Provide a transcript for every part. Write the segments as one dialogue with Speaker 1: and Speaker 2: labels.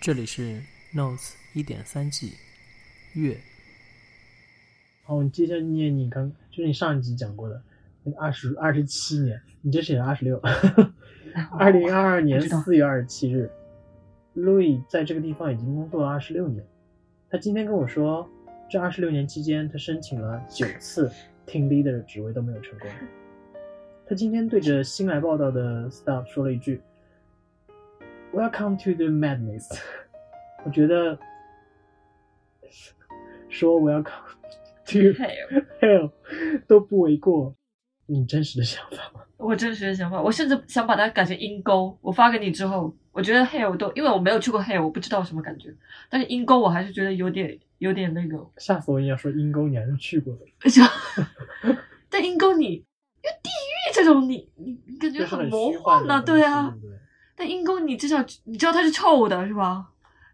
Speaker 1: 这里是 Notes 一点三 G 月。
Speaker 2: 好，你接着念你刚，就是你上一集讲过的那个二十二十七年，你这是写二十六， 二零二二年
Speaker 3: 哎不知道
Speaker 2: 四月二十七日，路易在这个地方已经工作了二十六年。他今天跟我说，这二十六年期间，他申请了九次 team leader 的职位都没有成功。他今天对着新来报道的 staff 说了一句：“Welcome to the madness。”我觉得说 “Welcome to”。hell 哎都不为过。你真实的想法吗？
Speaker 3: 我真实的想法，我甚至想把它改成阴沟。我发给你之后，我觉得 hell 都，因为我没有去过 hell，我不知道什么感觉。但是阴沟我还是觉得有点有点那个，
Speaker 2: 吓死我！你要说阴沟，你还是去过的，
Speaker 3: 就但阴沟你，因为地狱这种你你你感觉
Speaker 2: 就是很
Speaker 3: 魔
Speaker 2: 虚
Speaker 3: 幻
Speaker 2: 幻
Speaker 3: 呐、
Speaker 2: 的东
Speaker 3: 对
Speaker 2: 西
Speaker 3: 啊。
Speaker 2: 对不对
Speaker 3: 但阴沟你至少你知道它是臭的，是吧？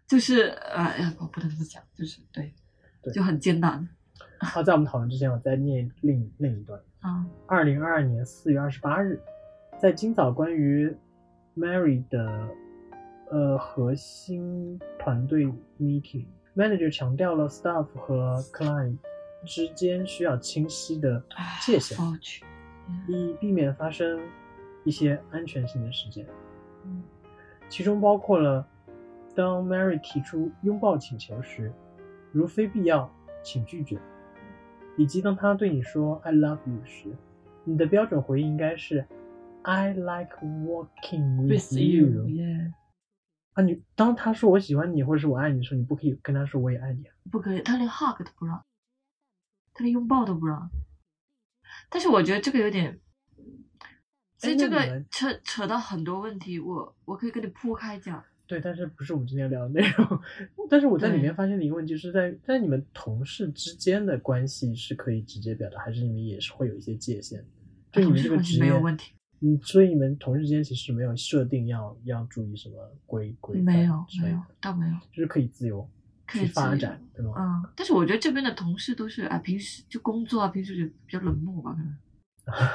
Speaker 3: 就是哎呀，我不能这么讲，就是对，
Speaker 2: 对
Speaker 3: 就很艰难
Speaker 2: 好，在我们讨论之前，我再念另另一段。
Speaker 3: 啊。
Speaker 2: 二零二二年四月二十八日，在今早关于 Mary 的呃核心团队 meeting，manager 强调了 staff 和 client 之间需要清晰的界限，
Speaker 3: 我去，
Speaker 2: 以嗯避免发生一些安全性的事件。
Speaker 3: 嗯
Speaker 2: 其中包括了当 Mary 提出拥抱请求时，如非必要，请拒绝；以及当他对你说 “I love you” 时，你的标准回应应该是 “I like walking with
Speaker 3: ，with
Speaker 2: you”。
Speaker 3: you，yeah，
Speaker 2: 啊，你当他说我喜欢你或者是我爱你的时候，你不可以跟他说我也爱你啊。
Speaker 3: 不可以，他连 hug 都不让，他连拥抱都不让。但是我觉得这个有点，所以
Speaker 2: 哎那
Speaker 3: 这
Speaker 2: 你
Speaker 3: 个
Speaker 2: 们
Speaker 3: 扯扯到很多问题，我我可以跟你铺开讲。
Speaker 2: 对，但是不是我们今天聊的内容？但是我在里面
Speaker 3: 对
Speaker 2: 发现的一个问题是在在你们同事之间的关系是可以直接表达，还是你们也是会有一些界限？就你
Speaker 3: 同
Speaker 2: 们这
Speaker 3: 事
Speaker 2: 个
Speaker 3: 关系
Speaker 2: 职
Speaker 3: 没有
Speaker 2: 业，
Speaker 3: 问题，
Speaker 2: 嗯，所以你们同事之间其实没有设定要要注意什么规规范
Speaker 3: 没有
Speaker 2: 之类
Speaker 3: 没
Speaker 2: 的
Speaker 3: 有，倒没有。
Speaker 2: 就是可以自由
Speaker 3: 可以
Speaker 2: 去发
Speaker 3: 自由
Speaker 2: 展，对吗？
Speaker 3: 嗯，但是我觉得这边的同事都是啊，平时就工作啊，平时就比较冷漠吧，可
Speaker 2: 嗯
Speaker 3: 能。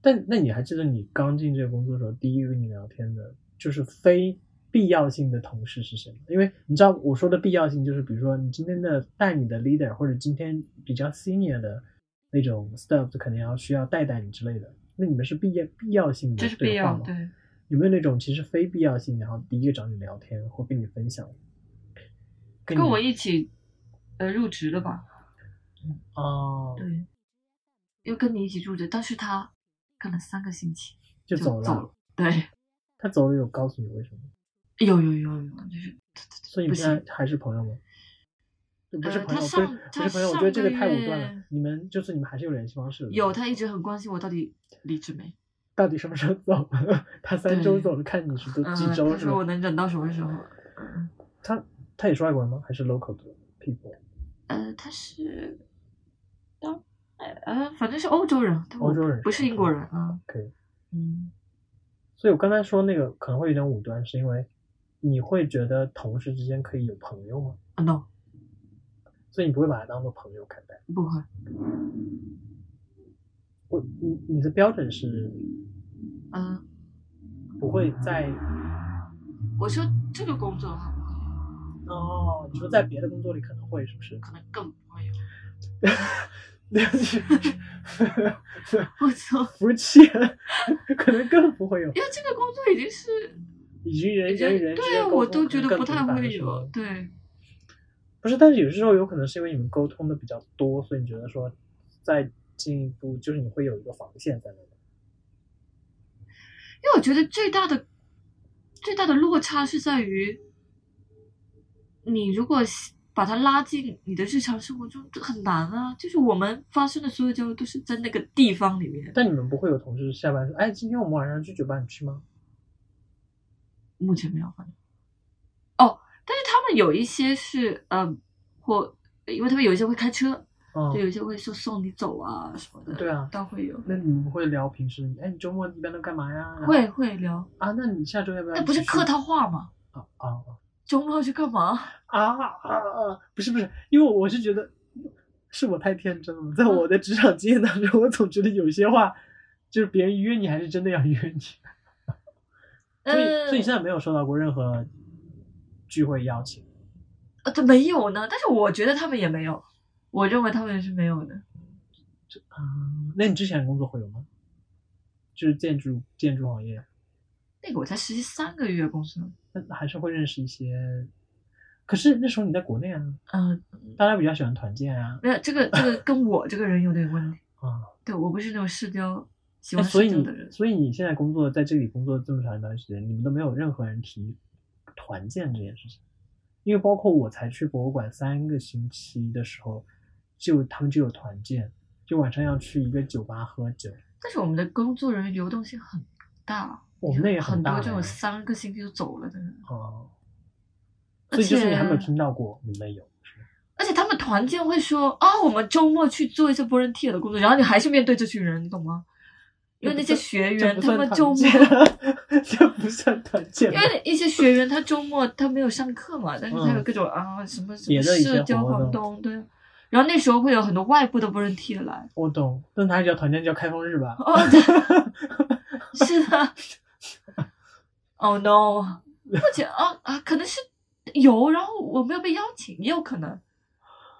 Speaker 2: 但那你还记得你刚进这个工作的时候，第一个跟你聊天的就是非必要性的同事是谁吗？因为你知道我说的必要性，就是比如说你今天的带你的 leader 或者今天比较 senior 的那种 staff，可能要需要带带你之类的。那你们是必要必要性的
Speaker 3: 这是必
Speaker 2: 对话
Speaker 3: 要，
Speaker 2: 吗？
Speaker 3: 对，
Speaker 2: 有没有那种其实非必要性，然后第一个找你聊天或跟你分享？跟
Speaker 3: 跟我
Speaker 2: 一
Speaker 3: 一起，呃，入职的吧，
Speaker 2: 哦，
Speaker 3: 对，因为跟你一起入职，但是他干了三个星期
Speaker 2: 就走
Speaker 3: 走
Speaker 2: 了。
Speaker 3: 对，
Speaker 2: 他走了有告诉你为什么？
Speaker 3: 有有有有，就是，
Speaker 2: 所以你们
Speaker 3: 不
Speaker 2: 现
Speaker 3: 行，
Speaker 2: 在还是朋友吗？就不是
Speaker 3: 呃
Speaker 2: 朋友，不
Speaker 3: 他
Speaker 2: 是
Speaker 3: 上
Speaker 2: 不
Speaker 3: 他
Speaker 2: 是朋友，我觉得这个
Speaker 3: 上
Speaker 2: 太
Speaker 3: 个
Speaker 2: 武断
Speaker 3: 月
Speaker 2: 了。你们就是你们还是有联系方式的。
Speaker 3: 有他一直很关心我到底离职没，
Speaker 2: 到底什么时候走？他三周
Speaker 3: 对
Speaker 2: 走了，看你是都
Speaker 3: 嗯，
Speaker 2: 几周
Speaker 3: 他
Speaker 2: 是
Speaker 3: 说我
Speaker 2: 吧？
Speaker 3: 能忍到什么时候？嗯
Speaker 2: 他他也是外国人吗？还是 local 的 people？
Speaker 3: 呃，他是，当，呃呃，反正是欧洲人，但我
Speaker 2: 欧洲人
Speaker 3: 不是英国人啊，
Speaker 2: 可以。
Speaker 3: 嗯。
Speaker 2: 所以我刚才说那个可能会有点武断，是因为你会觉得同事之间可以有朋友吗？
Speaker 3: 啊 no，
Speaker 2: 所以你不会把他当做朋友看待。
Speaker 3: 不会，
Speaker 2: 我你你的标准是
Speaker 3: 嗯、
Speaker 2: 不会在
Speaker 3: 我说这个工作的话不会，
Speaker 2: 哦，你说在别的工作里可能会是不是？
Speaker 3: 可能更不会有。
Speaker 2: 对不起，
Speaker 3: 我操，
Speaker 2: 服气，可能更不会有，
Speaker 3: 因为这个工作已经是
Speaker 2: 以及人人与人之
Speaker 3: 对
Speaker 2: 间
Speaker 3: 啊，
Speaker 2: 沟通
Speaker 3: 我都觉
Speaker 2: 可
Speaker 3: 得
Speaker 2: 能
Speaker 3: 不
Speaker 2: 更
Speaker 3: 太
Speaker 2: 频繁
Speaker 3: 会
Speaker 2: 是
Speaker 3: 有
Speaker 2: 吗。
Speaker 3: 对，
Speaker 2: 不是，但是有时候有可能是因为你们沟通的比较多，所以你觉得说再进一步就是你会有一个防线在那里。
Speaker 3: 因为我觉得最大的最大的落差是在于，你如果是把它拉进你的日常生活中，这很难啊。就是我们发生的所有交流都是在那个地方里面，
Speaker 2: 但你们不会有同事下班说：“哎，今天我们晚上去酒吧，你去吗
Speaker 3: 目前没有发现。哦，但是他们有一些是呃，或因为他们有一些会开车。？”
Speaker 2: 嗯
Speaker 3: 就，有些会说送你走啊什么的，
Speaker 2: 对啊
Speaker 3: 倒会有，
Speaker 2: 那你们会聊平时？哎，你周末一般都干嘛呀？
Speaker 3: 会会聊，
Speaker 2: 啊，那你下周要不要一
Speaker 3: 那
Speaker 2: 起去？
Speaker 3: 不是客套话吗？
Speaker 2: 啊啊
Speaker 3: 周末去干嘛？
Speaker 2: 啊啊啊！不是不是，因为我是觉得是我太天真了，在我的职场经验当中，我总觉得有些话就是别人 约你还
Speaker 3: 嗯
Speaker 2: 是真的要约你，所以所以现在没有收到过任何聚会邀请。
Speaker 3: 呃，他没有呢，但是我觉得他们也没有，我认为他们是没有的。
Speaker 2: 嗯，那你之前的工作会有吗？就是建筑建筑行业，
Speaker 3: 那个我才实习三个月，公司，
Speaker 2: 那还是会认识一些。可是那时候你在国内啊，
Speaker 3: 嗯、
Speaker 2: 大家比较喜欢团建啊
Speaker 3: 没有这个这个跟我这个人有点问题。
Speaker 2: 啊、
Speaker 3: 对我不是那种社交喜
Speaker 2: 哎
Speaker 3: 欢
Speaker 2: 所
Speaker 3: 社
Speaker 2: 以
Speaker 3: 交的
Speaker 2: 你
Speaker 3: 人，
Speaker 2: 所以你现在工作在这里工作这么长一段时间，你们都没有任何人提团建这件事情，因为包括我才去博物馆三个星期的时候，就他们就有团建，就晚上要去一个酒吧喝酒。
Speaker 3: 但是我们的工作人员流动性很大，
Speaker 2: 我哦们那也
Speaker 3: 很
Speaker 2: 大
Speaker 3: 多这
Speaker 2: 呀
Speaker 3: 种三个星期就走了的人，
Speaker 2: 哦、
Speaker 3: 而
Speaker 2: 所以就是
Speaker 3: 且
Speaker 2: 你还没有听到过，你们有是吗？
Speaker 3: 而且他们团建会说啊，我们周末去做一些 volunteer 的工作，然后你还是面对这群人，你懂吗？因为那些学
Speaker 2: 这
Speaker 3: 员
Speaker 2: 不
Speaker 3: 他
Speaker 2: 算
Speaker 3: 们
Speaker 2: 团
Speaker 3: 周末，
Speaker 2: 建
Speaker 3: 因
Speaker 2: 这不算团建吧，
Speaker 3: 为一些学员他周末他没有上课嘛，但是
Speaker 2: 嗯
Speaker 3: 他有各种、啊什么什
Speaker 2: 别
Speaker 3: 么
Speaker 2: 的一些
Speaker 3: 社交
Speaker 2: 活
Speaker 3: 活
Speaker 2: 动
Speaker 3: 动，对。然后那时候会有很多外部的 volunteer 来，
Speaker 2: 我懂，但它叫团建叫开放日吧？
Speaker 3: 哦，对是的。Oh no！不仅啊啊，可能是有，然后我没有被邀请，也有可能，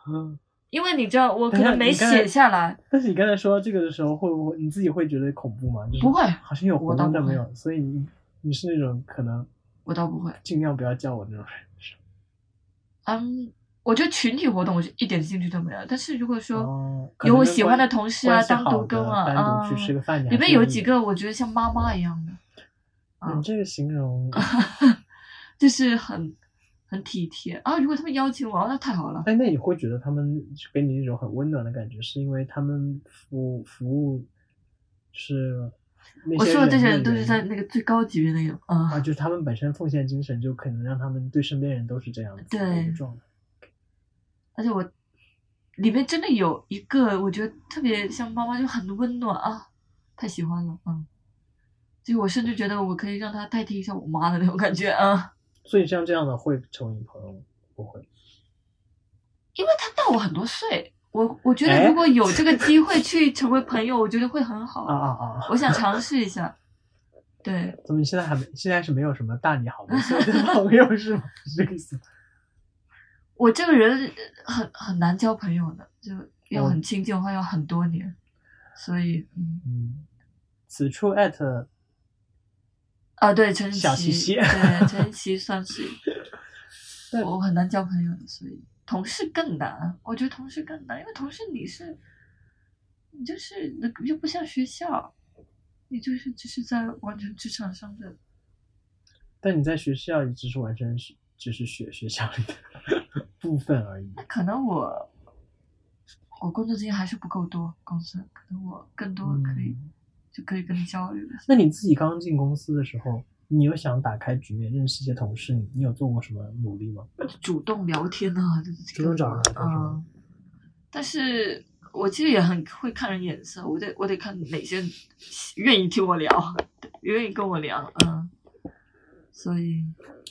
Speaker 2: 嗯。
Speaker 3: 因为你知道我可
Speaker 2: 等一下
Speaker 3: 能没
Speaker 2: 你刚才
Speaker 3: 写下来，
Speaker 2: 但是你刚才说到这个的时候，会不会你自己会觉得恐怖吗？就是
Speaker 3: 不会
Speaker 2: 好像有活
Speaker 3: 我倒
Speaker 2: 动
Speaker 3: 不
Speaker 2: 但没
Speaker 3: 会
Speaker 2: 有，所以你你是那种可能
Speaker 3: 我倒不会。
Speaker 2: 尽量不要叫我那种人。
Speaker 3: 嗯，我觉得群体活动我是一点兴趣都没有，但是如果说
Speaker 2: 哦，可
Speaker 3: 有
Speaker 2: 能
Speaker 3: 我
Speaker 2: 跟
Speaker 3: 喜欢
Speaker 2: 关
Speaker 3: 的同事啊，
Speaker 2: 关系
Speaker 3: 单
Speaker 2: 好
Speaker 3: 独
Speaker 2: 的
Speaker 3: 跟啊，
Speaker 2: 单独去吃
Speaker 3: 啊，
Speaker 2: 个饭，你还
Speaker 3: 里面
Speaker 2: 是
Speaker 3: 有
Speaker 2: 愿
Speaker 3: 几
Speaker 2: 意
Speaker 3: 个我觉得像妈妈一样的，
Speaker 2: 的。
Speaker 3: 啊
Speaker 2: 嗯你这个形 容，
Speaker 3: 就是很很体贴啊。如果他们邀请我，那太好了。
Speaker 2: 哎，那你会觉得他们给你一种很温暖的感觉，是因为他们服服务是那
Speaker 3: 我
Speaker 2: 些
Speaker 3: 说的这些
Speaker 2: 人
Speaker 3: 人
Speaker 2: 的
Speaker 3: 都是在那个最高级别那种啊
Speaker 2: 啊，。就是他们本身奉献精神，就可能让他们对身边人都是这样子的一个
Speaker 3: 对
Speaker 2: 状态。
Speaker 3: 而且我里面真的有一个，我觉得特别像妈妈，就很温暖啊，太喜欢了，嗯，就我甚至觉得我可以让她代替一下我妈的那种感觉啊，
Speaker 2: 所以像这样的会成为你朋友吗？不会。
Speaker 3: 因为她大我很多岁，我我觉
Speaker 2: 哎
Speaker 3: 得如果有这个机会去成为朋友，我觉得会很好
Speaker 2: 啊，啊啊！
Speaker 3: 我想尝试一下，对，
Speaker 2: 怎么你现在还没？现在是没有什么大你好的所以的朋友是吗？是这个意思吗？
Speaker 3: 我这个人很很难交朋友的，就要
Speaker 2: 哦
Speaker 3: 很亲近的话要很多年，所以嗯。
Speaker 2: 嗯，此处艾特
Speaker 3: 啊，对，陈
Speaker 2: 小西西
Speaker 3: 曦，对，陈曦算是
Speaker 2: 对
Speaker 3: 我很难交朋友的，所以同事更难。我觉得同事更难，因为同事你是你就是那个又不像学校，你就是只是在完成职场上的。
Speaker 2: 但你在学校也只是完成学，只是学学校里的 部分而已
Speaker 3: 那。可能我我工作经验还是不够多，公司可能我更多可以、
Speaker 2: 嗯
Speaker 3: 就可以跟你交流。
Speaker 2: 那你自己刚进公司的时候，你有想打开局面认识一些同事，你你有做过什么努力吗？
Speaker 3: 主动聊天啊，就是这个
Speaker 2: 主动找人聊天是吗
Speaker 3: 嗯，但是我其实也很会看人眼色，我得我得看哪些人愿意听我聊， 愿意跟我聊，嗯，所以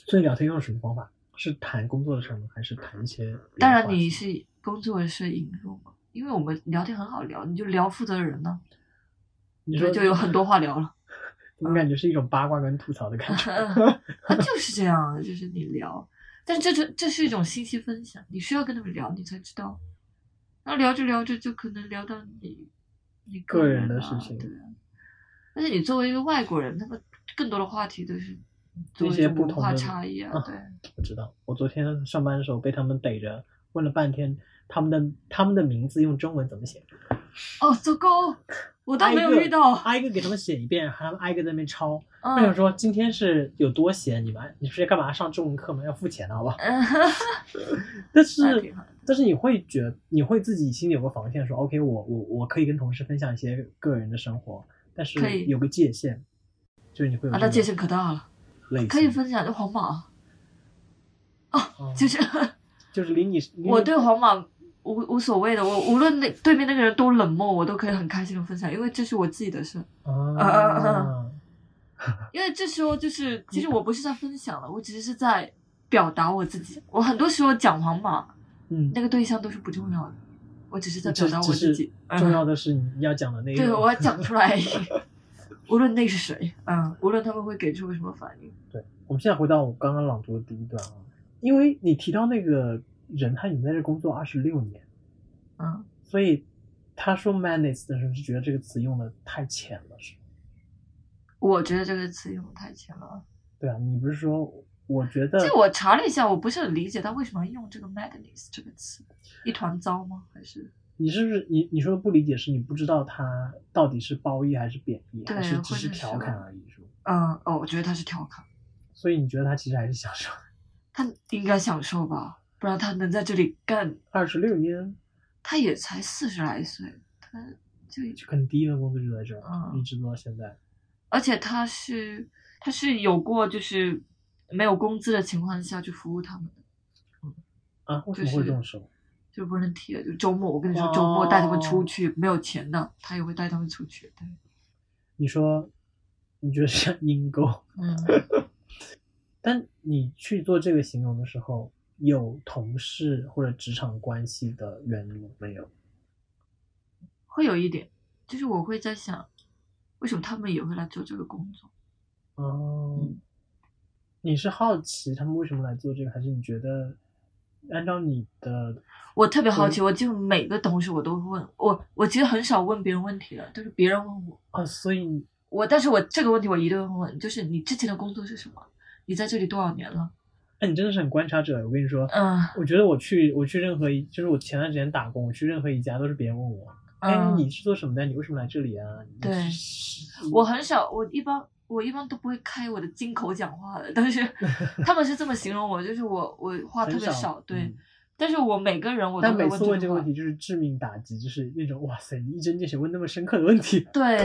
Speaker 2: 所以聊天用什么方法？是谈工作的事儿吗？还是谈一些别的话题？
Speaker 3: 当然你是工作是引入嘛，因为我们聊天很好聊，你就聊负责人呢、
Speaker 2: 你
Speaker 3: 所
Speaker 2: 说
Speaker 3: 以就有很多话聊了，
Speaker 2: 我感觉是一种八卦跟吐槽的感觉。
Speaker 3: 啊，就是这样，就是你聊，但这这这是一种信息分享，你需要跟他们聊，你才知道，然后聊着聊着就可能聊到你你
Speaker 2: 个人
Speaker 3: 人
Speaker 2: 的
Speaker 3: 啊
Speaker 2: 事情
Speaker 3: 对啊。但是你作为一个外国人，他们更多的话题都是作为
Speaker 2: 些
Speaker 3: 一种
Speaker 2: 不
Speaker 3: 文
Speaker 2: 同
Speaker 3: 化
Speaker 2: 的
Speaker 3: 差异啊
Speaker 2: 啊，
Speaker 3: 对，
Speaker 2: 我知道，我昨天上班的时候被他们逮着，问了半天他们的他们的名字用中文怎么写，
Speaker 3: 哦，糟糕，我倒
Speaker 2: 挨
Speaker 3: 没有
Speaker 2: 个
Speaker 3: 遇到，
Speaker 2: 挨个给他们写一遍，还挨个在那边抄。我想
Speaker 3: 嗯，
Speaker 2: 说今天是有多闲，你们你是干嘛上中文课吗？要付钱的好吧？但
Speaker 3: 太
Speaker 2: 是
Speaker 3: 平衡了
Speaker 2: 但是你会觉你会自己心里有个防线说，OK，我我我可以跟同事分享一些个人的生活，但
Speaker 3: 可
Speaker 2: 是
Speaker 3: 以
Speaker 2: 有个界限，就是你会有
Speaker 3: 啊，
Speaker 2: 这
Speaker 3: 那界
Speaker 2: 种
Speaker 3: 限可大了，
Speaker 2: 类
Speaker 3: 可以
Speaker 2: 型
Speaker 3: 分享就皇马，
Speaker 2: 哦
Speaker 3: 就是。
Speaker 2: 就是离你离
Speaker 3: 我
Speaker 2: 你
Speaker 3: 对皇马无无所谓的，我无论那对面那个人多冷漠，我都可以很开心的分享，因为这是我自己的事。啊啊
Speaker 2: 啊
Speaker 3: 啊因为这时候就是，其实我不是在分享了，我只是在表达我自己。我很多时候讲皇马
Speaker 2: 嗯
Speaker 3: 那个对象都是不重要的，我只是在
Speaker 2: 只
Speaker 3: 表达我
Speaker 2: 只是
Speaker 3: 自己。
Speaker 2: 重要
Speaker 3: 嗯、
Speaker 2: 的是你要讲的内容。
Speaker 3: 对，我要讲出来，无论那是谁，嗯，无论他们会给出什么反应。
Speaker 2: 对，我们现在回到我刚刚朗读的第一段啊，因为你提到那个人，他已经在这工作二十六年，
Speaker 3: 嗯，
Speaker 2: 所以他说 madness 的时候是觉得这个词用的太浅了，是吗
Speaker 3: 我觉得这个词用得太浅了。
Speaker 2: 对啊，你不是说我觉得
Speaker 3: 这我查了一下，我不是很理解他为什么用这个 madness 这个词，一团糟吗？还是
Speaker 2: 你是不是你你说的不理解是你不知道他到底是褒义还是贬义，
Speaker 3: 对啊
Speaker 2: 还是只
Speaker 3: 或者
Speaker 2: 是
Speaker 3: 是
Speaker 2: 调侃而已，是吗？
Speaker 3: 嗯哦，我觉得他是调侃，
Speaker 2: 所以你觉得他其实还是享受
Speaker 3: 他应该享受吧，不然他能在这里干，
Speaker 2: 二十六年
Speaker 3: 他也才四十来岁，他就
Speaker 2: 就很低的工作就在这儿，
Speaker 3: 嗯
Speaker 2: 一直做到现在。
Speaker 3: 而且他是他是有过就是没有工资的情况下去服务他们的，
Speaker 2: 啊，为什么
Speaker 3: 就
Speaker 2: 会
Speaker 3: 是
Speaker 2: 这么说？
Speaker 3: 就 volunteer，就周末我跟你说周末带他们出去，没有钱的他也会带他们出去，对，
Speaker 2: 你说，你觉得像阴沟，
Speaker 3: 嗯，
Speaker 2: 但你去做这个形容的时候，有同事或者职场关系的缘由没有？
Speaker 3: 会有一点，就是我会在想，为什么他们也会来做这个工作？
Speaker 2: 哦，你是好奇他们为什么来做这个，还是你觉得按照你的
Speaker 3: 我特别好奇，我几乎每个同事我都会问我，我其实很少问别人问题的，都是别人问我，
Speaker 2: 啊？所以
Speaker 3: 我但是我这个问题我一定会问，就是你之前的工作是什么？你在这里多少年了？
Speaker 2: 哎，你真的是很观察者。我跟你说，
Speaker 3: 嗯
Speaker 2: 我觉得我去我去任何一，就是我前段时间打工，我去任何一家都是别人问我，哎，
Speaker 3: 嗯
Speaker 2: 你是做什么的？你为什么来这里啊？你
Speaker 3: 对
Speaker 2: 是
Speaker 3: 我很少，我一般我一般都不会开我的金口讲话的， 但是他们是这么形容我，就是我我话特
Speaker 2: 很
Speaker 3: 别
Speaker 2: 少
Speaker 3: 少，对，
Speaker 2: 嗯
Speaker 3: 但是我每个人我都
Speaker 2: 但
Speaker 3: 会
Speaker 2: 每次问
Speaker 3: 问
Speaker 2: 这
Speaker 3: 这
Speaker 2: 个
Speaker 3: 个
Speaker 2: 问题就是致命打击，就是那种哇塞，你一针见血问那么深刻的问题。
Speaker 3: 对，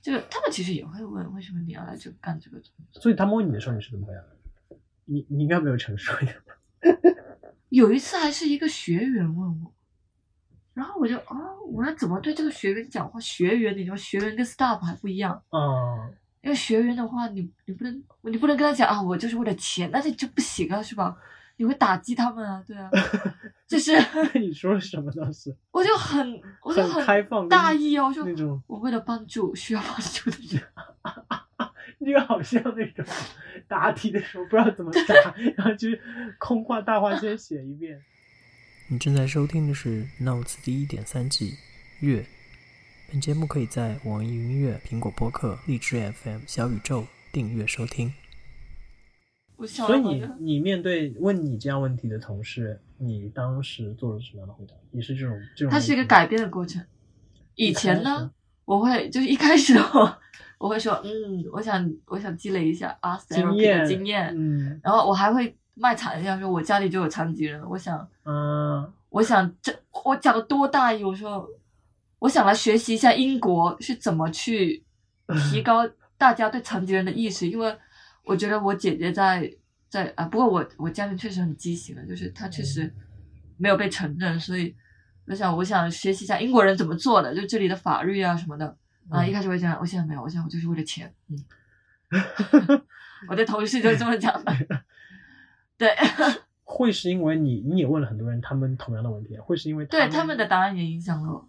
Speaker 3: 就是他们其实也会问为什么你要来这干这个东西。
Speaker 2: 所以他们问你的时候，你是怎么回答的？你你应该没有陈述呀。
Speaker 3: 有一次还是一个学员问我，然后我就啊，我要怎么对这个学员讲话？学员，你知道学员跟 staff 还不一样，
Speaker 2: 啊、
Speaker 3: 因为学员的话，你你不能你不能跟他讲啊，我就是为了钱，那这就不行啊，是吧？你会打击他们啊，对啊，就是。
Speaker 2: 你说了什么当时？
Speaker 3: 我就很，我就
Speaker 2: 很开放跟
Speaker 3: 大意哦，我就
Speaker 2: 那种
Speaker 3: 我为了帮助需要帮助的人，
Speaker 2: 这个好像那种答题的时候不知道怎么答，然后就是空话大话先写一 遍。
Speaker 1: 你正在收听的是《Notes》第一点三季《月》。本节目可以在网易云音乐、苹果播客、荔枝 FM、小宇宙订阅收听。
Speaker 3: 我想
Speaker 2: 所
Speaker 3: 了
Speaker 2: 以
Speaker 3: 好
Speaker 2: 你
Speaker 3: 久，
Speaker 2: 你面对问你这样问题的同事，你当时做了什么样的回答？也是这种这种问题吗？
Speaker 3: 它是一个改变的过程。以
Speaker 2: 一开
Speaker 3: 前
Speaker 2: 始
Speaker 3: 呢，我会就是一开始的话，我会说，嗯，我想我想积累一下 art
Speaker 2: 经
Speaker 3: therapy
Speaker 2: 验
Speaker 3: 的经验，
Speaker 2: 嗯
Speaker 3: 然后我还会卖惨一下，说我家里就有残疾人，我想
Speaker 2: 啊
Speaker 3: 我想这我讲的多大意，我说我想来学习一下英国是怎么去提高大家对残疾人的意识，因为我觉得我姐姐在在啊，不过我我家人确实很畸形的，就是她确实没有被承认，所以我想我想学习一下英国人怎么做的，就这里的法律啊什么的啊。一开始我讲，我现在没有，我现在我就是为了钱，嗯， 我的同事就这么讲的，对。
Speaker 2: 会是因为你你也问了很多人他们同样的问题，会是因为
Speaker 3: 对
Speaker 2: 他
Speaker 3: 他们的答案也影响了我。
Speaker 2: 哦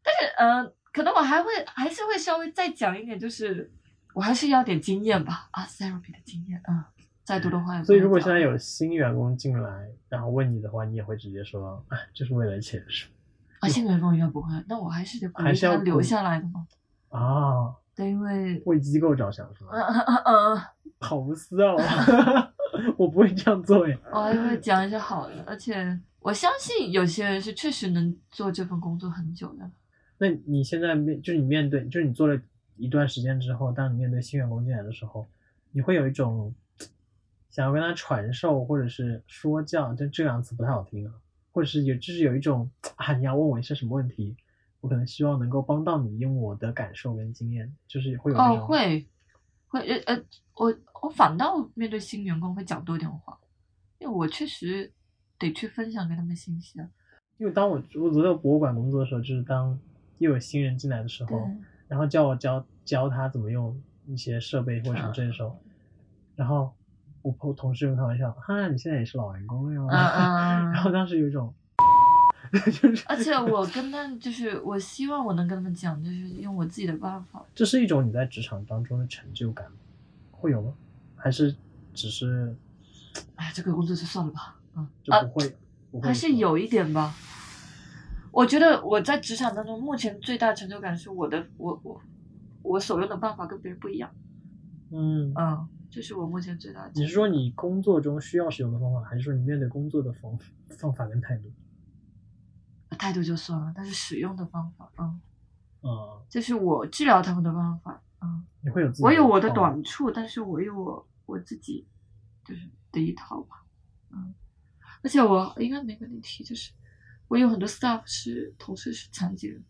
Speaker 3: 但是，呃，可能我还会还是会稍微再讲一点，就是我还是要点经验吧，啊，therapy 的经验啊，再多的话也不
Speaker 2: 所以
Speaker 3: 会
Speaker 2: 如果
Speaker 3: 讲
Speaker 2: 现在有新员工进来，然后问你的话，你也会直接说，哎，就是为了钱是吗
Speaker 3: 啊，新员工应该不会，那我还是得鼓
Speaker 2: 还
Speaker 3: 励
Speaker 2: 是要
Speaker 3: 他
Speaker 2: 鼓
Speaker 3: 留
Speaker 2: 励
Speaker 3: 下来的嘛，
Speaker 2: 啊，
Speaker 3: 对，因为，
Speaker 2: 为机构着想是
Speaker 3: 嗯
Speaker 2: 吧？
Speaker 3: 嗯嗯嗯，
Speaker 2: 好无私哦， 我不会这样做呀。
Speaker 3: 我还会讲一些好的，而且我相信有些人是确实能做这份工作很久的，
Speaker 2: 那你现在面就是你面对，就是你做了一段时间之后，当你面对新员工进来的时候，你会有一种嘖想要跟他传授或者是说教，但这两个词不太好听啊，或者是有就是有一种嘖啊，你要问我一些什么问题，我可能希望能够帮到你，用我的感受跟经验，就是会有这种
Speaker 3: 哦，会，会，呃呃，我我反倒面对新员工会讲多点话，因为我确实得去分享给他们信息啊。
Speaker 2: 因为当我我我在博物馆工作的时候，就是当又有新人进来的时候，然后叫我教教他怎么用一些设备或者什
Speaker 3: 啊
Speaker 2: 么这些时候，然后我朋同事跟我开玩笑，哈，你现在也是老员工了
Speaker 3: 嗯
Speaker 2: 呀，
Speaker 3: 嗯
Speaker 2: 然
Speaker 3: 嗯。
Speaker 2: 后当时有一种，
Speaker 3: 而且我跟他们就是，我希望我能跟他们讲，就是用我自己的办法。
Speaker 2: 这是一种你在职场当中的成就感，会有吗？还是只是
Speaker 3: 哎，这个工作就算了吧。嗯，
Speaker 2: 就
Speaker 3: 啊
Speaker 2: 不会，不会
Speaker 3: 还是
Speaker 2: 说
Speaker 3: 有一点吧。我觉得我在职场当中，目前最大成就感是我的，我我我所用的办法跟别人不一样。
Speaker 2: 嗯，
Speaker 3: 嗯，这是我目前最大的成
Speaker 2: 你
Speaker 3: 就是
Speaker 2: 说你工作中需要使用的方法，还是说你面对工作的方方法跟态度？
Speaker 3: 态度就算了，但是使用的方法，嗯，
Speaker 2: 啊、
Speaker 3: 这是我治疗他们的办法。嗯，
Speaker 2: 你会有自己
Speaker 3: 我有我的
Speaker 2: 方法
Speaker 3: 短处，但是我有我我自己就是的一套吧。嗯，而且我应该没跟你提，就是我有很多 staff 是同事是残疾人，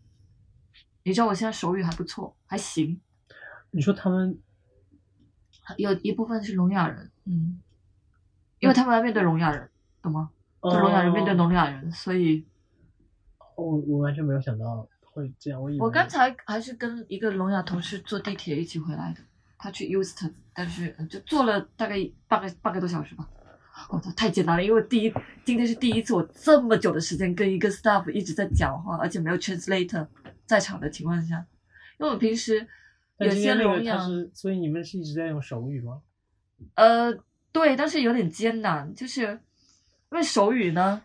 Speaker 3: 你知道我现在手语还不错，还行。
Speaker 2: 你说他们
Speaker 3: 有一部分是聋哑人，嗯，因为他们要面对聋哑人，懂吗？就聋哑人面对
Speaker 2: 哦
Speaker 3: 聋哑人，所以
Speaker 2: 我哦我完全没有想到会这样，我以为
Speaker 3: 我刚才还是跟一个聋哑同事坐地铁一起回来的，他去 Houston，但是呃就坐了大概半个半个多小时吧。我操，太简单了，因为我第一今天是第一次，我这么久的时间跟一个 staff 一直在讲话，而且没有 translator 在场的情况下，因为我平时
Speaker 2: 但
Speaker 3: 有
Speaker 2: 今
Speaker 3: 些
Speaker 2: 天那
Speaker 3: 聋
Speaker 2: 个
Speaker 3: 哑
Speaker 2: 他是，所以你们是一直在用手语吗？
Speaker 3: 呃，对，但是有点艰难，就是因为手语呢，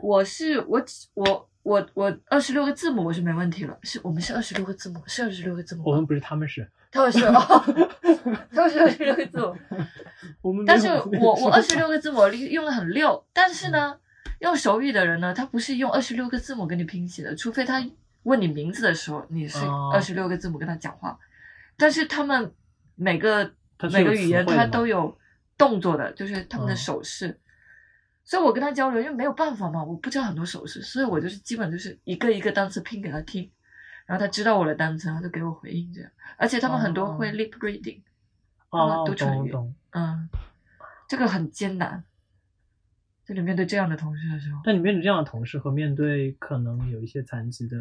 Speaker 3: 我是我只我我我二十六个字母我是没问题了，是我们是二十六个字母，是二十六个字
Speaker 2: 我
Speaker 3: 母吧，
Speaker 2: 们不是，他们是。
Speaker 3: 他们是， 哦、他们是二十六个字母，
Speaker 2: 我们没
Speaker 3: 但是
Speaker 2: 有那个
Speaker 3: 我我二
Speaker 2: 说 嗯
Speaker 3: 十六个字母用的很溜，但是呢，用手语的人呢，他不是用二十六个字母跟你拼写的，除非他问你名字的时候，你是
Speaker 2: 哦
Speaker 3: 二十六个字母跟他讲话，但是他们每个
Speaker 2: 它是
Speaker 3: 每
Speaker 2: 有
Speaker 3: 个
Speaker 2: 词
Speaker 3: 语言
Speaker 2: 汇
Speaker 3: 它
Speaker 2: 吗
Speaker 3: 都有动作的，就是他们的
Speaker 2: 嗯
Speaker 3: 手势。所以我跟他交流，因为没有办法嘛，我不知道很多手势，所以我就是基本就是一个一个单词拼给他听，然后他知道我的单词，然后就给我回应这样。而且他们很多会
Speaker 2: 哦
Speaker 3: lip reading，、
Speaker 2: 哦，
Speaker 3: 都成
Speaker 2: 懂
Speaker 3: 语
Speaker 2: 懂。
Speaker 3: 嗯，这个很艰难。就你面对这样的同事的时候，
Speaker 2: 但你面对这样的同事和面对可能有一些残疾的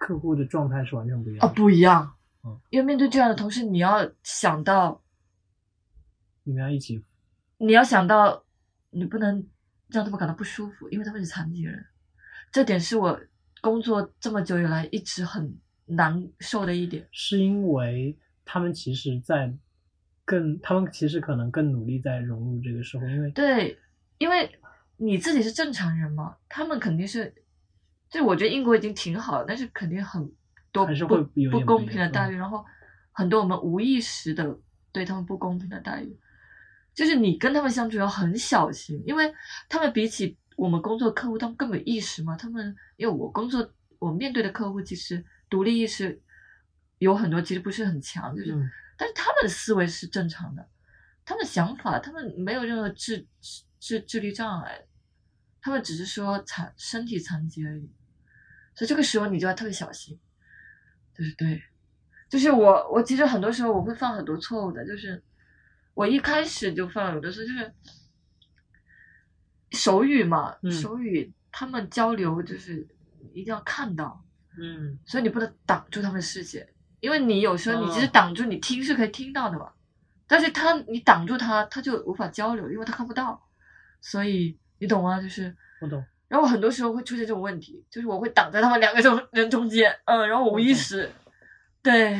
Speaker 2: 客户的状态是完全不一
Speaker 3: 哦，
Speaker 2: 样的。
Speaker 3: 不一样
Speaker 2: 嗯，
Speaker 3: 因为面对这样的同事，你要想到，
Speaker 2: 你们要一起
Speaker 3: 你要想到，你不能让他们感到不舒服，因为他们是残疾人。这点是我工作这么久以来一直很难受的一点。
Speaker 2: 是因为他们其实在更，他们其实可能更努力在融入这个社会，因为
Speaker 3: 对，因为你自己是正常人嘛，他们肯定是，就我觉得英国已经挺好了，但是肯定很多
Speaker 2: 还是
Speaker 3: 不
Speaker 2: 会有
Speaker 3: 不
Speaker 2: 点不
Speaker 3: 公
Speaker 2: 一
Speaker 3: 平的
Speaker 2: 样嗯
Speaker 3: 待遇，然后很多我们无意识的对他们不公平的待遇，就是你跟他们相处要很小心，因为他们比起我们工作客户，他们更有意识嘛，他们因为我工作我面对的客户其实独立意识有很多，其实不是很强，就是。
Speaker 2: 嗯
Speaker 3: 但是他们的思维是正常的，他们想法，他们没有任何智智智智力障碍，他们只是说残身体残疾而已，所以这个时候你就要特别小心，就是对，就是我我其实很多时候我会犯很多错误的，就是我一开始就犯了，有的时候就是手语嘛，
Speaker 2: 嗯
Speaker 3: 手语他们交流就是一定要看到，
Speaker 2: 嗯
Speaker 3: 所以你不能挡住他们的视线，因为你有时候你其实
Speaker 2: 哦
Speaker 3: 挡住，你听是可以听到的嘛。但是他你挡住他，他就无法交流，因为他看不到。所以你懂吗？就是，
Speaker 2: 我懂。
Speaker 3: 然后很多时候会出现这种问题，就是我会挡在他们两个中人中间，嗯，然后我无意识，对，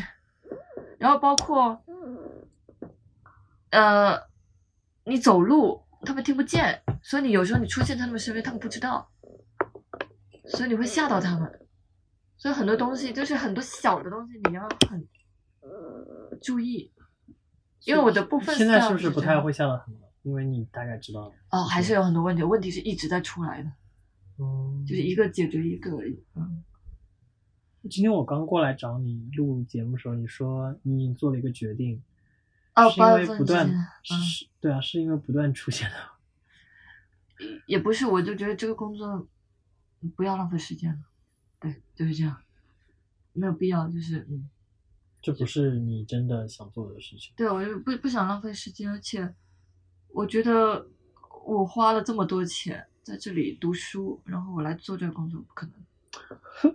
Speaker 3: 然后包括，呃，你走路他们听不见，所以你有时候你出现在他们身边，他们不知道，所以你会吓到他们。所以很多东西就是很多小的东西，你要很注意。因为我的部分
Speaker 2: 现在
Speaker 3: staff
Speaker 2: 是不是
Speaker 3: 是
Speaker 2: 不
Speaker 3: 这
Speaker 2: 太
Speaker 3: 样
Speaker 2: 会吓到他们了？因为你大概知道了。
Speaker 3: 哦，还是有很多问题，问题是一直在出来的，
Speaker 2: 嗯，
Speaker 3: 就是一个解决一个而已。嗯，
Speaker 2: 今天我刚过来找你录节目的时候，你说你已经做了一个决定，
Speaker 3: 哦
Speaker 2: 是因
Speaker 3: 八月
Speaker 2: 为
Speaker 3: 份
Speaker 2: 不断
Speaker 3: 之前
Speaker 2: 是
Speaker 3: 嗯
Speaker 2: 是，对啊，是因为不断出现的。
Speaker 3: 也不是，我就觉得这个工作不要浪费时间了，对，就是这样，没有必要，就是嗯，
Speaker 2: 这不是你真的想做的事 情。
Speaker 3: 对我就不不想浪费时间，而且我觉得我花了这么多钱在这里读书，然后我来做这个工作，不可能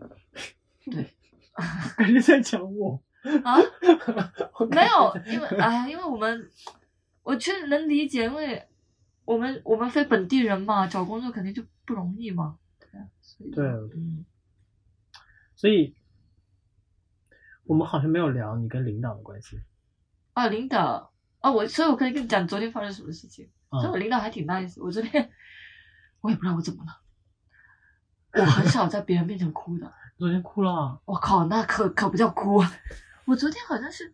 Speaker 2: 感觉在讲我，
Speaker 3: 啊。
Speaker 2: 我
Speaker 3: 没
Speaker 2: 感
Speaker 3: 有
Speaker 2: 觉，在
Speaker 3: 因为哎，因为我们，我确实能理解，因为我们我们非本地人嘛，找工作肯定就不容易嘛。对啊，所以
Speaker 2: 对
Speaker 3: 嗯，
Speaker 2: 所以我们好像没有聊你跟领导的关系。
Speaker 3: 啊，领导，哦，我所以我可以跟你讲昨天发生什么事情。所以我
Speaker 2: 嗯
Speaker 3: 领导还挺 nice，我昨天我也不知道我怎么了，我很少在别人面前哭的。
Speaker 2: 昨天哭了啊，
Speaker 3: 我靠，那可可不叫哭。我昨天好像是，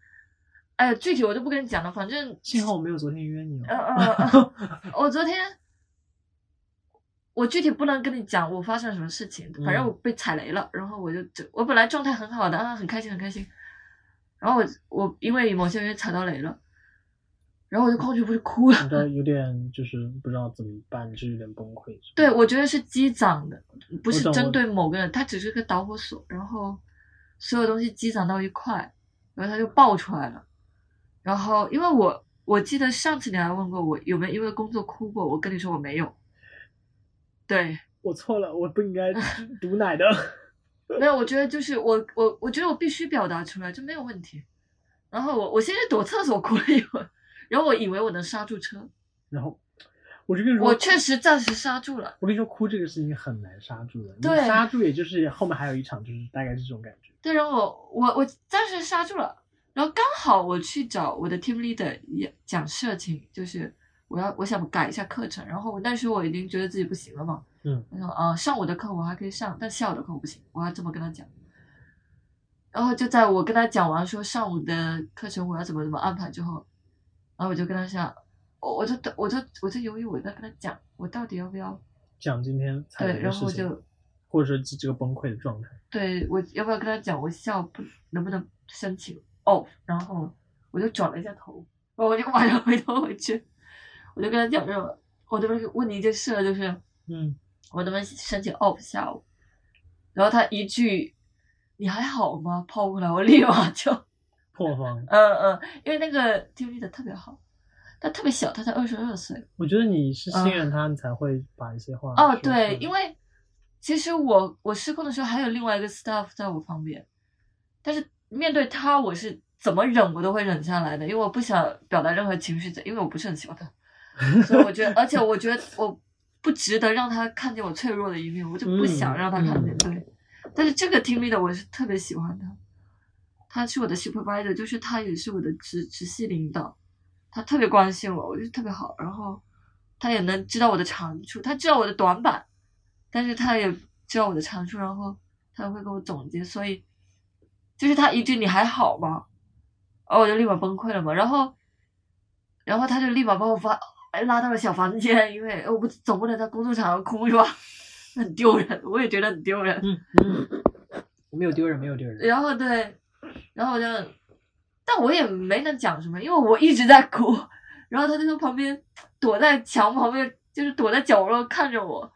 Speaker 3: 哎呀，具体我就不跟你讲了，反正，
Speaker 2: 幸好我没有昨天约你
Speaker 3: 呃
Speaker 2: 哦。
Speaker 3: 呃， 呃我昨天，我具体不能跟你讲我发生了什么事情，反正
Speaker 2: 嗯
Speaker 3: 我被踩雷了，然后我就整，我本来状态很好的啊，很开心很开心，然后我我因为某些原因踩到雷了，
Speaker 2: 嗯
Speaker 3: 然后我就空去不是哭了，
Speaker 2: 你都有点就是不知道怎么办，就有点崩溃。
Speaker 3: 对，我觉得是积攒的，不
Speaker 2: 我
Speaker 3: 是
Speaker 2: 懂
Speaker 3: 针
Speaker 2: 我
Speaker 3: 对某个人，它只是个导火索，然后所有东西积攒到一块，然后它就爆出来了。然后，因为我我记得上次你还问过我有没有因为工作哭过，我跟你说我没有。对，
Speaker 2: 我错了，我不应 该毒奶的。
Speaker 3: 没有，我觉得就是我我我觉得我必须表达出来，就没有问题。然后我我先是躲厕所哭了一会儿，然后我以为我能刹住车，
Speaker 2: 然后我就跟你说，
Speaker 3: 我确实暂时刹住了。
Speaker 2: 我跟你说，哭这个事情很难刹住的。你
Speaker 3: 对
Speaker 2: 刹住也就是后面还有一场，就是大概是这种感觉。
Speaker 3: 对，然后我我我暂时刹住了，然后刚好我去找我的 team leader 也讲事情，就是我要我想改一下课程，然后我那时候我已经觉得自己不行了嘛，
Speaker 2: 嗯，
Speaker 3: 我想啊、呃上我的课我还可以上，但下午的课我不行，我要这么跟他讲。然后就在我跟他讲完说上午的课程我要怎么怎么安排之后，然后我就跟他讲，我我就我就我就犹豫我在跟他讲，我到底要不要
Speaker 2: 讲今天踩雷
Speaker 3: 对，
Speaker 2: 的
Speaker 3: 然
Speaker 2: 事
Speaker 3: 后
Speaker 2: 情，
Speaker 3: 就
Speaker 2: 或者说这个崩溃的状态。
Speaker 3: 对我要不要跟他讲我下午不能不能申请 off，然后我就转了一下头，然后我就马上回头回去，我就跟他讲说，我这边问你一件事，就是
Speaker 2: 嗯，
Speaker 3: 我能不能申请 off 下午，哦然后他一句你还好吗抛过来，我立马就
Speaker 2: 破防。
Speaker 3: 嗯嗯，因为那个 team leader 特别好，他特别小，他才二十二岁，
Speaker 2: 我觉得你是信任他，你才会把一些话
Speaker 3: 嗯哦，
Speaker 2: 说出来
Speaker 3: 对，因为其实我我失控的时候还有另外一个 staff 在我旁边，但是面对他，我是怎么忍我都会忍下来的，因为我不想表达任何情绪，因为我不是很喜欢他，所以我觉 得，而且我觉得我不值得让他看见我脆弱的一面，我就不想
Speaker 2: 嗯
Speaker 3: 让他看见。
Speaker 2: 嗯
Speaker 3: 对，但是这个听力的我是特别喜欢他，他是我的 supervisor，就是他也是我的直直系领导。他特别关心我，我就特别好，然后他也能知道我的长处，他知道我的短板，但是他也知道我的长处，然后他会给我总结，所以就是他一句“你还好吗”，然后我就立马崩溃了嘛，然后然后他就立马把我发哎拉到了小房间，因为呃我不总不能在工作场合哭是吧？ 很丢人，我也觉得很丢人。
Speaker 2: 嗯嗯，我没有丢人，没有丢人。
Speaker 3: 然后对，然后我就，但我也没能讲什么，因为我一直在哭。然后他就在旁边躲在墙旁边，就是躲在角落看着我，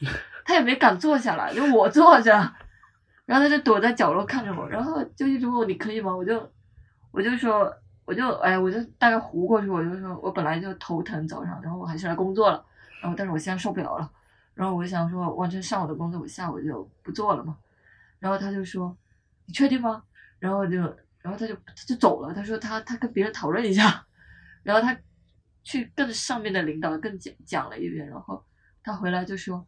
Speaker 3: 他也没敢坐下来，就我坐着，然后他就躲在角落看着我，然后就一直问我你可以吗？我就我就说我就哎我就大概糊过去，我就说我本来就头疼早上，然后我还是来工作了，然后但是我现在受不了了，然后我就想说完成上午的工作，我下午就不做了嘛，然后他就说你确定吗？然后就然后他就他就走了，他说他他跟别人讨论一下， 然后他去跟上面的领导更讲讲了一遍，然后他回来就说，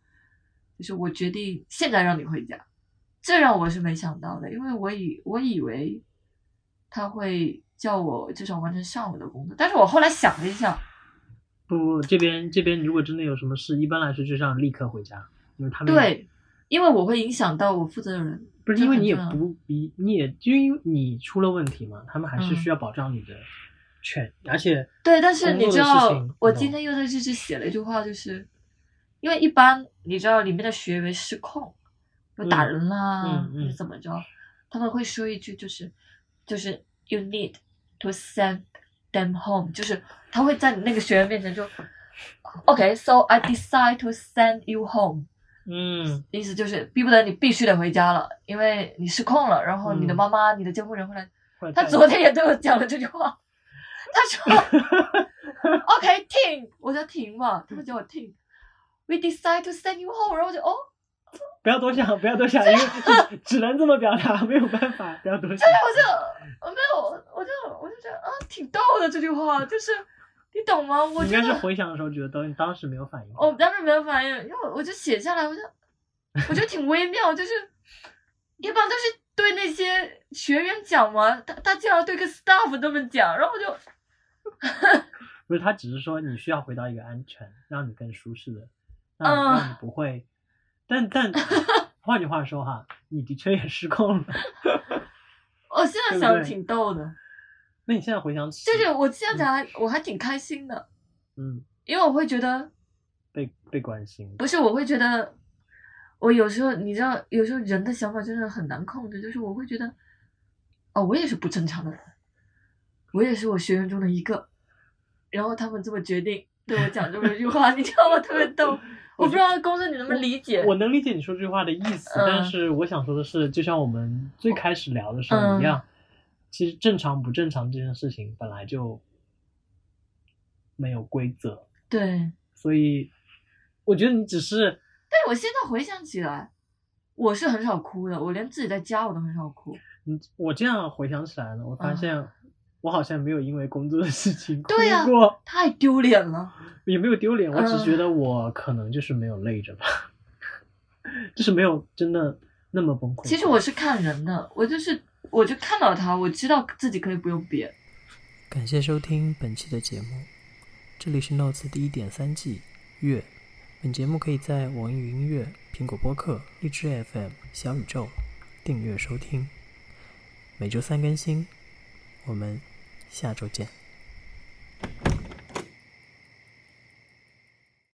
Speaker 3: 就是我决定现在让你回家，这让我是没想到的，因为我以我以为他会叫我至少完成上午的工作，但是我后来想了一想，
Speaker 2: 不不，这边这边如果真的有什么事，一般来说就是让立刻回家，因为他们
Speaker 3: 对，因为我会影响到我负责人，
Speaker 2: 不是
Speaker 3: 这
Speaker 2: 因为
Speaker 3: 很
Speaker 2: 你也
Speaker 3: 重要
Speaker 2: 不比你也就因为你出了问题嘛，他们还是
Speaker 3: 嗯
Speaker 2: 需要保障你的权，而且
Speaker 3: 对，但是
Speaker 2: 工
Speaker 3: 你
Speaker 2: 作
Speaker 3: 知
Speaker 2: 的事
Speaker 3: 道
Speaker 2: 情，
Speaker 3: 我
Speaker 2: 懂
Speaker 3: 今天又在日志写了一句话，就是因为一般你知道里面的学员失控，就打
Speaker 2: 嗯
Speaker 3: 人啦、
Speaker 2: 嗯
Speaker 3: 或者
Speaker 2: 嗯
Speaker 3: 怎么着，他们会说一句就是就是 you need to send them home，就是他会在你那个学员面前就 OK，so、I decide to send you home。
Speaker 2: 嗯
Speaker 3: 意思就是逼不得你必须得回家了，因为你失控了，然后你的
Speaker 2: 嗯
Speaker 3: 妈妈、你的监护人会来
Speaker 2: 会
Speaker 3: 他
Speaker 2: 带
Speaker 3: 昨天也对我讲了这句话，他 说：“OK，停。”我说：“停吧。”他们叫我停。We decide to send you home，然后我就哦，
Speaker 2: 不要多想，不要多想，因为只能这么表达，没有办法，不要多想
Speaker 3: 对，。我就哦我没有，我就我就觉得啊，挺逗的这句话，就是你懂吗？我
Speaker 2: 你应
Speaker 3: 觉
Speaker 2: 该是
Speaker 3: 得哦
Speaker 2: 回想的时候觉得当你当时没有反应，
Speaker 3: 我当时没有反应，因为我我就写下 来，我就我觉得挺微妙，就是一般都是对那些学员讲嘛，他他竟然对个 staff 这么讲，然后我就
Speaker 2: 不是，他只是说你需要回到一个安全，让你更舒适的，让
Speaker 3: 嗯
Speaker 2: 你让你不会。但 但换句话说哈，你的确也失控了。
Speaker 3: 我哦现在想的挺逗的，
Speaker 2: 那你现在回想起，
Speaker 3: 就是我现在还我还挺开心的，
Speaker 2: 嗯，
Speaker 3: 因为我会觉得
Speaker 2: 被被关心，
Speaker 3: 不是，我会觉得，我有时候你知道，有时候人的想法真的很难控制。就是我会觉得，哦，我也是不正常的人，我也是我学员中的一个。然后他们这么决定对我讲这么一句话， 你知道吗？特别逗。我不知道公司你能不能理解。
Speaker 2: 我能理解你说这句话的意思，
Speaker 3: 嗯
Speaker 2: 但是我想说的是，就像我们最开始聊的时候
Speaker 3: 嗯
Speaker 2: 一样，其实正常不正常这件事情本来就没有规则，
Speaker 3: 对，
Speaker 2: 所以我觉得你只是
Speaker 3: 但是我现在回想起来，我是很少哭的，我连自己在家我都很少哭。
Speaker 2: 你我这样回想起来呢，我发
Speaker 3: 嗯
Speaker 2: 现我好像没有因为工作的事情哭
Speaker 3: 对呀
Speaker 2: 过，
Speaker 3: 太丢脸了。
Speaker 2: 也没有丢脸，我只
Speaker 3: 嗯
Speaker 2: 觉得我可能就是没有累着吧， 就是没有真的那么崩溃过。
Speaker 3: 其实我是看人的，我就是我就看到他，我知道自己可以不用憋。
Speaker 1: 感谢收听本期的节目，这里是 Notes 第一点三季月。本节目可以在网易云音乐、苹果播客、荔枝 FM、小宇宙订阅收听，每周三更新。我们下周见。